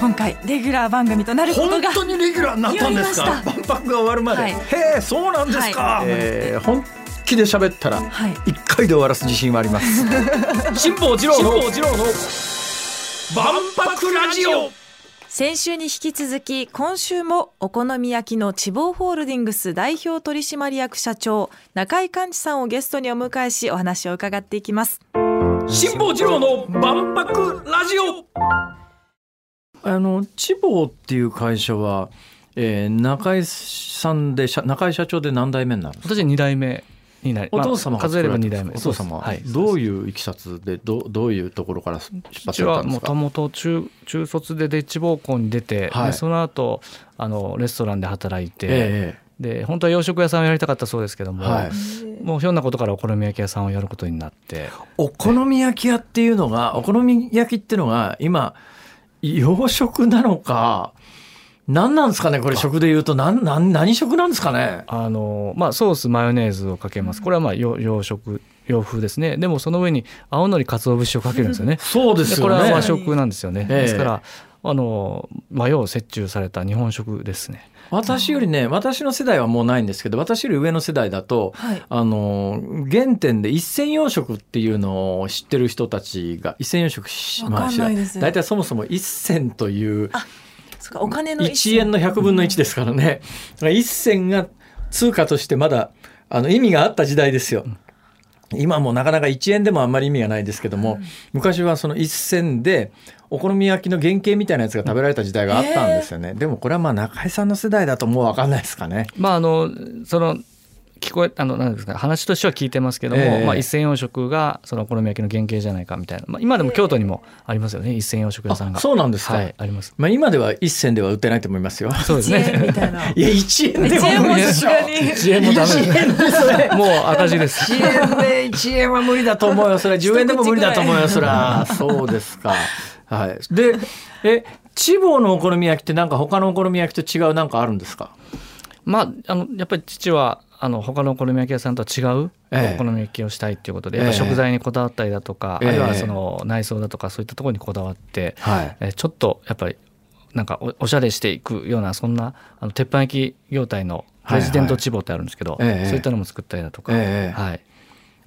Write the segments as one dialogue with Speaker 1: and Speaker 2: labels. Speaker 1: 今回レギュラー番組となること
Speaker 2: 本
Speaker 1: が
Speaker 2: 当にレギュラーになったんです
Speaker 1: やり
Speaker 2: か
Speaker 1: ま
Speaker 2: 万博が終わるまで、
Speaker 1: はい
Speaker 2: へえそうなんですか、
Speaker 1: はい
Speaker 2: えー本気で喋ったら
Speaker 1: はい
Speaker 2: 一回で終わらす自信はあります辛坊治郎の万博ラジオ
Speaker 1: 先週に引き続き今週もお好み焼きの千房ホールディングス代表取締役社長中井寛治さんをゲストにお迎えしお話を伺っていきます
Speaker 2: 辛坊治郎の万博ラジオあの千房っていう会社は、えー、中井さんで社中井社長で何代目になるんですか
Speaker 3: 私は二代目になり
Speaker 2: お父様
Speaker 3: まあ
Speaker 2: が
Speaker 3: 数えれば二代
Speaker 2: 作られたん
Speaker 3: 目
Speaker 2: ですかお父様は、
Speaker 3: はい
Speaker 2: どう
Speaker 3: う
Speaker 2: いういきさつでどどういうところから出発
Speaker 3: 父
Speaker 2: された
Speaker 3: は
Speaker 2: んです
Speaker 3: も
Speaker 2: か
Speaker 3: ともと中中卒でデッチ奉公に出て、
Speaker 2: はい
Speaker 3: でその後あのレストランで働いて、
Speaker 2: え
Speaker 3: で本当は洋食屋さんをやりたかったそうですけ
Speaker 2: え
Speaker 3: ども、
Speaker 2: はい、
Speaker 3: もうひょんなことからお好み焼き屋さんをやることになって
Speaker 2: お好み焼き屋っていうのがお好み焼きっていうのが今洋食なのか何なんですかねこれ食で言うと何何何食なんですかね
Speaker 3: あの、まあ、ソースマヨネーズをかけますこれはまあ洋洋食洋風ですねでもその上に青のり鰹節をかけるんですよね
Speaker 2: そうで
Speaker 3: ですこ
Speaker 2: よ
Speaker 3: れは
Speaker 2: ね
Speaker 3: 和食なんですよね、
Speaker 2: ええ
Speaker 3: ですからあの和洋折衷された日本食ですね
Speaker 2: 私よりね私の世代はもうないんですけど私より上の世代だとあの原点で一銭洋食っていうのを知ってる人たちが一銭洋食し
Speaker 1: わかんない
Speaker 2: 知ら
Speaker 1: です
Speaker 2: 大体そもそも一銭という
Speaker 1: そっかお金の
Speaker 2: 1円の100分の1ですからね、だから1銭が通貨としてまだあの意味があった時代ですよ。今もなかなか1円でもあんまり意味がないですけども、昔はその1銭でお好み焼きの原型みたいなやつが食べられた時代があったんですよね、でもこれはまあ中井さんの世代だともう分かんないですかね。
Speaker 3: まああのその聞こえあのなんですか話としては聞いてますけども、
Speaker 2: ええ
Speaker 3: まあ、一銭洋食がそのお好み焼きの原型じゃないかみたいな、まあ、今でも京都にもありますよね、一銭洋食屋さんが
Speaker 2: あそうなんですか
Speaker 3: はいあります
Speaker 2: まあ、今では1銭では売ってないと思いますよ。
Speaker 3: そうですね
Speaker 1: たい ない
Speaker 2: や1円で
Speaker 1: 1円
Speaker 2: も
Speaker 1: も
Speaker 2: 無理で
Speaker 1: さ
Speaker 2: し
Speaker 1: す
Speaker 2: ょ。
Speaker 1: がに
Speaker 3: 1円もダメ
Speaker 2: 1円でそれ
Speaker 3: もう赤字です
Speaker 2: 1円で1円は無理だと思うよそれ10円でも 無理だと思うよそれ そうですかはいでえ千房のお好み焼きってなんか他のお好み焼きと違うなんかあるんですか
Speaker 3: まああのやっぱり父はあの他のお好み焼き屋さんとは違う
Speaker 2: ええ
Speaker 3: お好み焼きをしたいっていうことで、
Speaker 2: ええ
Speaker 3: やっぱ食材にこだわったりだとか、
Speaker 2: ええ
Speaker 3: あるいはその内装だとかそういったところにこだわって、
Speaker 2: はい
Speaker 3: えーちょっとやっぱりなんかおおしゃれしていくようなそんなあの鉄板焼き業態のプレジデント地方ってあるんですけど、
Speaker 2: はいはいええ
Speaker 3: そういったのも作ったりだとか、
Speaker 2: ええ
Speaker 3: はい、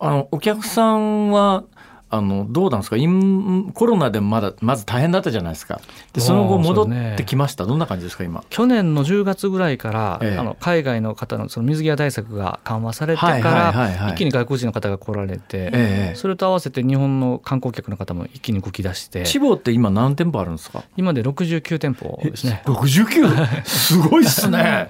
Speaker 2: あのお客さんはあのどうなんですかインコロナでまだまず大変だったじゃないですかでその後
Speaker 3: あー
Speaker 2: 戻
Speaker 3: そうね
Speaker 2: ってきました、どんな感じですか今
Speaker 3: 去年の10月ぐらいから、
Speaker 2: ええ
Speaker 3: あの海外の方のその水際対策が緩和されてから、
Speaker 2: はいはいはいはい
Speaker 3: 一気に外国人の方が来られて、
Speaker 2: ええ
Speaker 3: それと合わせて日本の観光客の方も一気に動き出して
Speaker 2: 千房って今何店舗あるんですか
Speaker 3: 今で69店舗ですね。
Speaker 2: 69すごいっ すね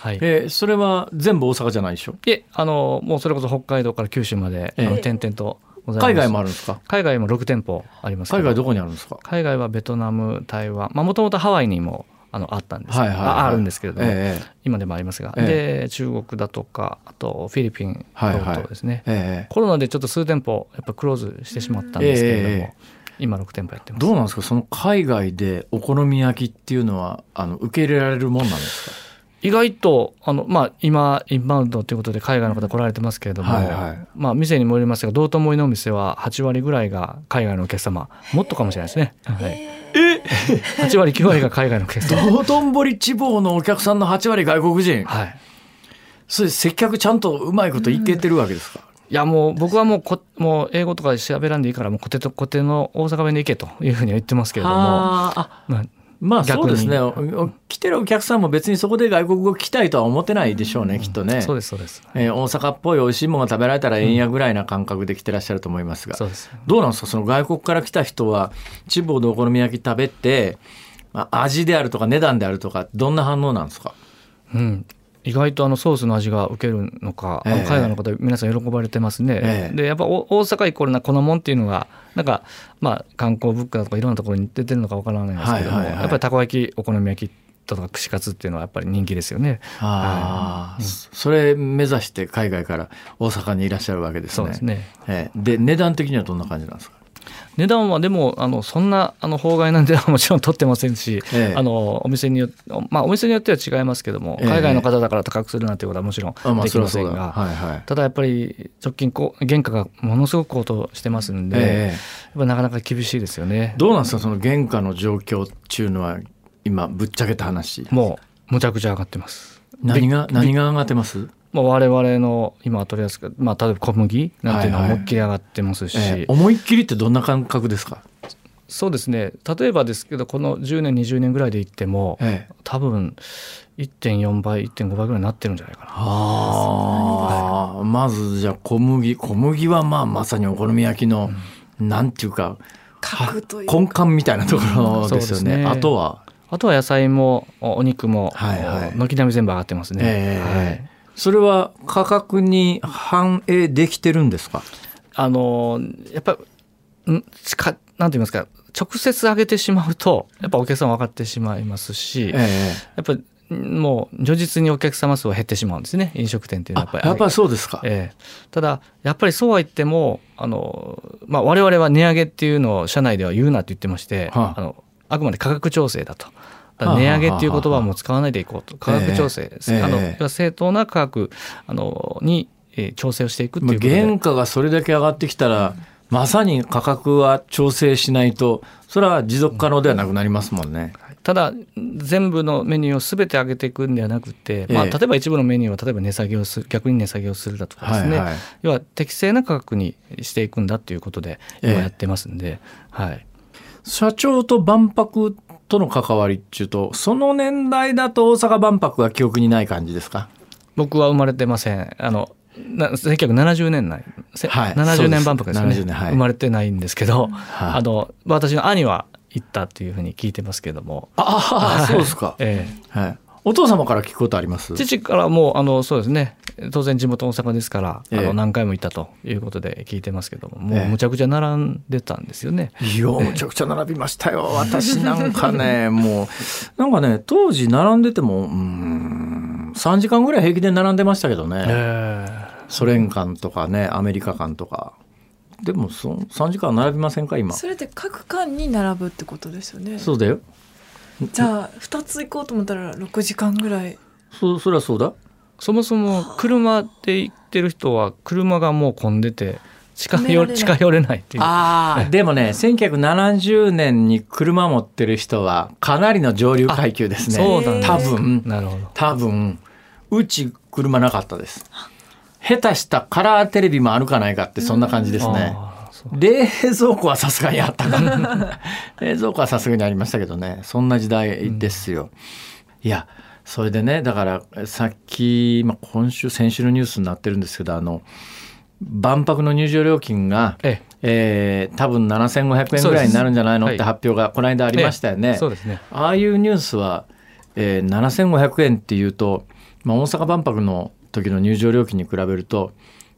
Speaker 3: はい
Speaker 2: えーそれは全部大阪じゃないでしょ
Speaker 3: であのもうそれこそ北海道から九州まで、
Speaker 2: ええ
Speaker 3: あの点々とございます
Speaker 2: 海外もあるんですか
Speaker 3: 海外も6店舗ありますけ
Speaker 2: 海外どこにあるんですか
Speaker 3: 海外はベトナム台湾もともとハワイにもあのあったんですけ
Speaker 2: は
Speaker 3: ど、
Speaker 2: いはいはい
Speaker 3: ああるんですけれども、
Speaker 2: ええ
Speaker 3: 今でもありますが、
Speaker 2: え
Speaker 3: で中国だとかあとフィリピン
Speaker 2: はいはい
Speaker 3: 等々ですね、
Speaker 2: ええ
Speaker 3: コロナでちょっと数店舗やっぱクローズしてしまったんですけれども、
Speaker 2: ええ
Speaker 3: 今6店舗やってます
Speaker 2: どうなんですかその海外でお好み焼きっていうのはあの受け入れられるもんなんですか
Speaker 3: 意外とあの、まあ、今インバウンドということで海外の方来られてますけれども、
Speaker 2: はいはい
Speaker 3: まあ、店にもよりますが道頓堀のお店は8割ぐらいが海外のお客様もっとかもしれないですね、はい、8割9割が海外のお客様
Speaker 2: 道頓堀地方のお客さんの8割外国人
Speaker 3: はい
Speaker 2: それ接客ちゃんとうまいこといけてるわけですか、
Speaker 3: いやもう僕はもうこもう英語とか喋らんでいいからもうコテとコテの大阪弁で行けというふうには言ってますけれども、
Speaker 2: はああ
Speaker 3: まあ、
Speaker 2: まあそ
Speaker 3: 逆
Speaker 2: う
Speaker 3: に
Speaker 2: ですねおお来てるお客さんも別にそこで外国語聞きたいとは思ってないでしょうね、きっとね
Speaker 3: そうですそうです
Speaker 2: えー大阪っぽい美味しいものが食べられたらえんやぐらいな感覚で来てらっしゃると思いますが、
Speaker 3: そうです
Speaker 2: どうなんですかその外国から来た人は地方でお好み焼き食べてまあ味であるとか値段であるとかどんな反応なんですか
Speaker 3: うん、意外とあのソースの味が受けるのか、あの
Speaker 2: ええ
Speaker 3: 海外の方皆さん喜ばれてますね、
Speaker 2: ええ
Speaker 3: でやっぱお大阪イコールなこのもんっていうのがなんかまあ観光物価とかいろんなところに出てるのかわからないですけども、
Speaker 2: はいはいはい
Speaker 3: やっぱりたこ焼きお好み焼きとか串カツっていうのはやっぱり人気ですよね
Speaker 2: ああ、それ目指して海外から大阪にいらっしゃるわけですね。
Speaker 3: そうですね
Speaker 2: ええで値段的にはどんな感じなんですか。
Speaker 3: 値段はでもあのそんなあの法外な値段はもちろん取ってませんし、
Speaker 2: ええ
Speaker 3: あのお店によまあお店によっては違いますけども、
Speaker 2: ええ
Speaker 3: 海外の方だから高くするなんてことはもちろん
Speaker 2: あまあ
Speaker 3: でき
Speaker 2: そり
Speaker 3: ま
Speaker 2: ゃ
Speaker 3: せ
Speaker 2: そう
Speaker 3: んが、
Speaker 2: だはいはい
Speaker 3: ただやっぱり直近こう原価がものすごく高騰してますんで、やっ
Speaker 2: ええ
Speaker 3: ぱなかなか厳しいですよね。
Speaker 2: どうなんですかその原価の状況っていうのは今ぶっちゃけた話
Speaker 3: もうむちゃくちゃ上がってます。
Speaker 2: 何が何が上がってます、
Speaker 3: まあ、我々の今取り扱い、まあ、例えば小麦なんていうのは
Speaker 2: はいはい
Speaker 3: 思いっきり上がってますし、
Speaker 2: ええ思いっきりってどんな感覚ですか、
Speaker 3: そうですね例えばですけどこの10年20年ぐらいで言っても
Speaker 2: ええ、
Speaker 3: 多分1.4倍1.5倍ぐらいになってるんじゃないかな。
Speaker 2: ああまずじゃあ小麦小麦はまあまさにお好み焼きの、なんていうか
Speaker 1: 格というか
Speaker 2: 根幹みたいなところです
Speaker 3: そうで
Speaker 2: よね
Speaker 3: すね
Speaker 2: あとは
Speaker 3: あとは野菜もおお肉も
Speaker 2: はいはい
Speaker 3: お軒並み全部上がってますね。
Speaker 2: ええ
Speaker 3: はい
Speaker 2: それは価格に反映できてるんですか
Speaker 3: あのやっぱんちかなんて言いますか直接上げてしまうとやっぱお客さん分かってしまいますし、や
Speaker 2: ええ
Speaker 3: っぱんもう如実にお客様数は減ってしまうんですね飲食店っていうのは
Speaker 2: あ
Speaker 3: やっぱり。
Speaker 2: やっぱりそうですか、
Speaker 3: ええただやっぱりそうは言ってもあの、まあ、我々は値上げっていうのを社内では言うなって言ってまして、
Speaker 2: はあ
Speaker 3: あ、のあくまで価格調整だと。だか
Speaker 2: はあ
Speaker 3: ら
Speaker 2: はあ
Speaker 3: 値上げっていう言葉はもう使わないでいこうと
Speaker 2: あ
Speaker 3: 価格調整、
Speaker 2: ええ
Speaker 3: あの
Speaker 2: ええ
Speaker 3: 要は正当な価格あのに、えー調整をしていくっていう
Speaker 2: まあ
Speaker 3: ことで、
Speaker 2: 原価がそれだけ上がってきたら、まさに価格は調整しないとそれは持続可能ではなくなりますもんね。
Speaker 3: ただ全部のメニューを全て上げていくんではなくて、まあ、
Speaker 2: ええ
Speaker 3: 例えば一部のメニューは例えば値下げをする逆に値下げをするだとかです
Speaker 2: は
Speaker 3: ね、
Speaker 2: いはい
Speaker 3: 要は適正な価格にしていくんだっていうことで
Speaker 2: ええ
Speaker 3: 今やってますんで、はい、
Speaker 2: 社長と万博との関わりっていうとその年代だと大阪万博が記憶にない感じですか
Speaker 3: 僕は生まれてませんあのな1970年代、せ
Speaker 2: はい
Speaker 3: 70年万博ですよ
Speaker 2: そう
Speaker 3: ね
Speaker 2: です70年はい
Speaker 3: 生まれてないんですけど、
Speaker 2: はい
Speaker 3: あの私の兄は行ったっていうふうに聞いてますけども、
Speaker 2: ああそうですか、
Speaker 3: ええ
Speaker 2: はい、お父様から聞くことあります
Speaker 3: 父からもうあのそうですね当然地元大阪ですから、
Speaker 2: ええ
Speaker 3: あの何回も行ったということで聞いてますけどもも
Speaker 2: ええ
Speaker 3: うむちゃくちゃ並んでたんですよね。
Speaker 2: いやむちゃくちゃ並びま したよ私なんかねもうなんかね当時並んでてもうーん3時間ぐらい平気で並んでましたけどね。ソ連間とかねアメリカ間とかでもそ3時間並びませんか今
Speaker 1: それって各館に並ぶってことですよね
Speaker 2: そうだよ
Speaker 1: じゃあ2つ行こうと思ったら6時間ぐらい
Speaker 2: そそりゃそうだ
Speaker 3: そもそも車で行ってる人は車がもう混んでて近
Speaker 1: 止めら
Speaker 3: 寄
Speaker 1: れな
Speaker 3: れ
Speaker 1: い
Speaker 3: 近寄れないっていう
Speaker 2: あ ーでもね1970年に車持ってる人はかなりの上流階級ですね
Speaker 3: そうなんだ
Speaker 2: 多分
Speaker 3: なるほど
Speaker 2: 多分うち車なかったです下手したカラーテレビもあるかないかってそんな感じですね、
Speaker 3: あーそう
Speaker 2: 冷蔵庫はさすがにあったか な冷蔵庫はさすがにありましたけどねそんな時代ですよ、いやそれでねだからさっき、まあ、今週先週のニュースになってるんですけどあの万博の入場料金が、
Speaker 3: え
Speaker 2: えー多分7500円ぐらいになるんじゃないの
Speaker 3: そ
Speaker 2: っ
Speaker 3: うで
Speaker 2: て
Speaker 3: す
Speaker 2: 発表がこの間ありましたよね。
Speaker 3: えそうですね
Speaker 2: ああいうニュースは、えー、7500円っていうと、まあ、大阪万博の時の入場料金に比べると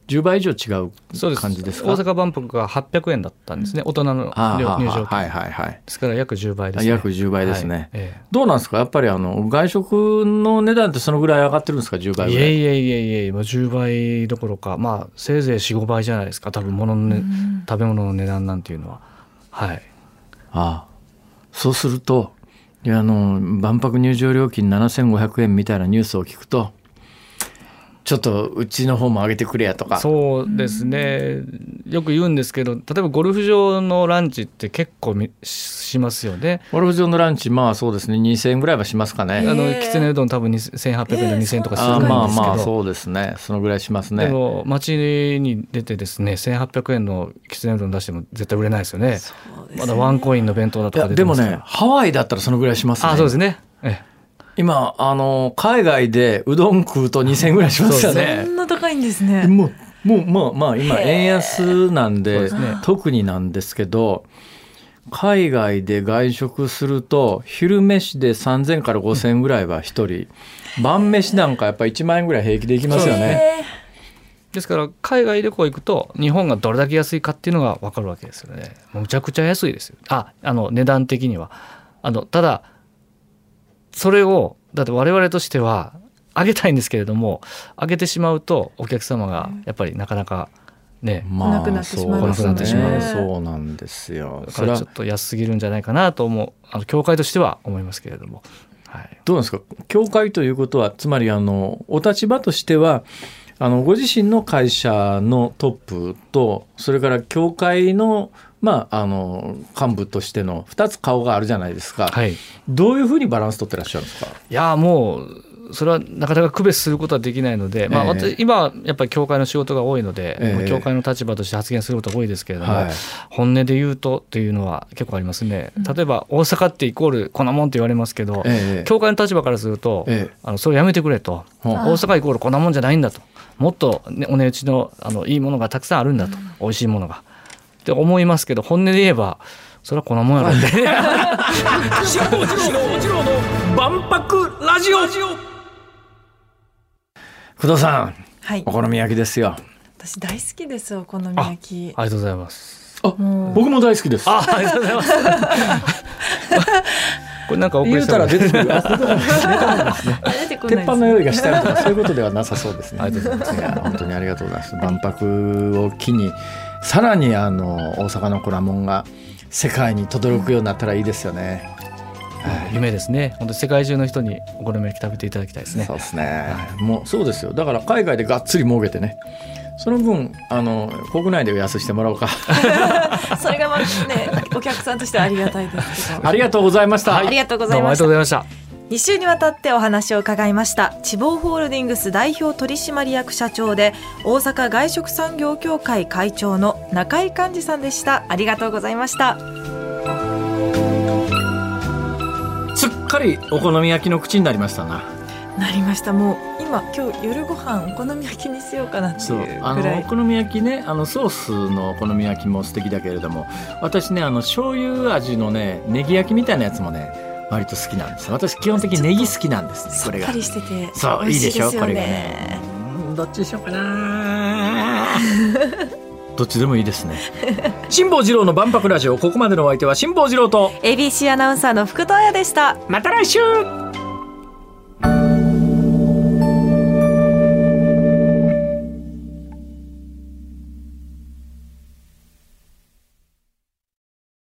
Speaker 2: 10倍以上違
Speaker 3: そう
Speaker 2: う
Speaker 3: です
Speaker 2: 感じですか
Speaker 3: 大阪万博が800円だったんですね大人の
Speaker 2: ああ
Speaker 3: 料入
Speaker 2: は
Speaker 3: 場
Speaker 2: あ
Speaker 3: 券
Speaker 2: はいはいはい。
Speaker 3: ですから約10倍ですね
Speaker 2: 約10倍ですね。
Speaker 3: はいえ
Speaker 2: どうなんですかやっぱりあの外食の値段ってそのぐらい上がってるんですか10
Speaker 3: え
Speaker 2: 倍
Speaker 3: い
Speaker 2: ぐら
Speaker 3: え
Speaker 2: い。
Speaker 3: いえいえいえもう10倍どころかまあせいぜい45倍じゃないですか多分物の、ね食べ物の値段なんていうのははい
Speaker 2: ああそうするといやあの万博入場料金7500円みたいなニュースを聞くとちょっとうちの方も上げてくれやとか。
Speaker 3: そうですねよく言うんですけど例えばゴルフ場のランチって結構みししますよね
Speaker 2: ゴルフ場のランチまあそうですね2000円ぐらいはしますか
Speaker 3: あ
Speaker 2: ね。
Speaker 3: の
Speaker 1: へえ
Speaker 3: きつねうどん多分1800円で2000円とかす
Speaker 2: あ
Speaker 3: る
Speaker 2: あ
Speaker 3: んですけど、
Speaker 2: まあまあそうですねそのぐらいします
Speaker 3: で
Speaker 2: ね。
Speaker 3: も街に出てですね1800円のきつねうどん出しても絶対売れないですよね
Speaker 1: そう
Speaker 3: まだワンコインの弁当だ
Speaker 2: い
Speaker 3: と
Speaker 2: や
Speaker 3: か出
Speaker 2: で
Speaker 3: てま
Speaker 2: も
Speaker 3: すから
Speaker 2: ねハワイだったらそのぐらいしますね。
Speaker 3: あそうですねえ
Speaker 2: 今あの海外でうどん食うと2000円ぐらいしますよね。
Speaker 1: そんな高いんですね
Speaker 2: もうもうまあまあ今円安なん
Speaker 3: そうで
Speaker 2: です
Speaker 3: ね
Speaker 2: 特になんですけど海外で外食すると昼飯で3,000から5,000円ぐらいは1人晩飯なんかやっぱ1万円ぐらい平気でいきますよね。
Speaker 1: へ
Speaker 3: えですから海外旅行行くと日本がどれだけ安いかっていうのが分かるわけですよねもうむちゃくちゃ安いですよああの値段的にはあのただそれをだって我々としては上げたいんですけれども上げてしまうとお客様がやっぱりなかなかね
Speaker 1: なくなってしまいます
Speaker 2: そうな
Speaker 3: よね
Speaker 2: ってしまうそうなんですよ。
Speaker 3: だ
Speaker 2: そ
Speaker 3: か
Speaker 2: れ
Speaker 3: ら
Speaker 2: は
Speaker 3: ちょっと安すぎるんじゃないかなと思うあの教会としては思いますけれども、はい、
Speaker 2: どうなんですか教会ということはつまりあのお立場としてはあのご自身の会社のトップとそれから教会の,、まあ、あの幹部としての2つ顔があるじゃないですか、
Speaker 3: はい、い
Speaker 2: どういうふうにバランス取ってらっしゃるんですか
Speaker 3: やもうそれはなかなか区別することはできないので、ま
Speaker 2: え
Speaker 3: あ、
Speaker 2: え
Speaker 3: 私今はやっぱり教会の仕事が多いので、
Speaker 2: ええ
Speaker 3: 教会の立場として発言することが多いですけれども、
Speaker 2: はい
Speaker 3: 本音で言うとというのは結構ありますね。例えば大阪ってイコールこんなもんって言われますけど、
Speaker 2: ええ
Speaker 3: 教会の立場からすると、
Speaker 2: ええ
Speaker 3: あのそれやめてくれと
Speaker 2: ほう
Speaker 1: あ
Speaker 3: 大阪イコールこんなもんじゃないんだともっと、ね、お値打ちのあのいいものがたくさんあるんだと、美味しいものがって思いますけど本音で言えばそれはこんなもんやろって
Speaker 2: 万博ラジオ工藤さん
Speaker 1: はい
Speaker 2: お。好み焼きですよ
Speaker 1: 私大好きですお好み焼き。
Speaker 3: ありがとうございます
Speaker 2: あ
Speaker 1: もう
Speaker 2: 僕も大好きです
Speaker 3: あありがとうござい ますこれなんか遅
Speaker 2: 言
Speaker 3: れ
Speaker 2: う
Speaker 3: てた
Speaker 2: た
Speaker 3: ら
Speaker 2: ら
Speaker 3: あり
Speaker 2: 出てくるあ
Speaker 1: あ出てこないで
Speaker 2: 鉄
Speaker 1: す
Speaker 2: 板の用意がしてあるとかそういうことではなさそうです ね。
Speaker 3: ありがとうご
Speaker 2: いや本当にありがとうございます。万博を機にさらにあの大阪のコラモンが世界に轟くようになったらいいですよね。
Speaker 3: 夢ですね本当世界中の人にお好み焼き食べていただきたいですね
Speaker 2: そうですね。もうそうですよ。だから海外でがっつり儲けてね。その分あの国内でお安してもらおうか。
Speaker 1: それがまあねお客さんとしてはありがたいですけど。
Speaker 2: ありがとうございました。
Speaker 1: ありがとうござ
Speaker 3: どう
Speaker 1: い
Speaker 3: もあ
Speaker 1: ま
Speaker 3: りが
Speaker 1: した
Speaker 3: とうございました
Speaker 1: 2週にわたってお話を伺いました地方ホールディングス代表取締役社長で大阪外食産業協会会長の中井幹二さんでしたありがとうございました
Speaker 2: すっかりお好み焼きの口になりましたな。
Speaker 1: なりましたもう今今日夜ご飯お好み焼きにしようかなってい
Speaker 2: そうう
Speaker 1: く
Speaker 2: あの
Speaker 1: ら
Speaker 2: お
Speaker 1: い
Speaker 2: 好み焼きねあのソースのお好み焼きも素敵だけれども私ねあの醤油味のねネギ焼きみたいなやつもね割と好きなんです私基本的にネギ好きなんですね
Speaker 1: さ
Speaker 2: こ
Speaker 1: っ
Speaker 2: れが
Speaker 1: ぱりしてて
Speaker 2: そう
Speaker 1: 美
Speaker 2: いい
Speaker 1: 味
Speaker 2: で
Speaker 1: しい
Speaker 2: し
Speaker 1: で
Speaker 2: ょ
Speaker 1: すよ
Speaker 2: これが
Speaker 1: ね
Speaker 2: ねうーんどっちにしようかな どっちでもいいですね辛坊治郎の万博ラジオここまでのお相手は辛坊治郎と
Speaker 1: ABC アナウンサーの福藤彩でした
Speaker 2: また来週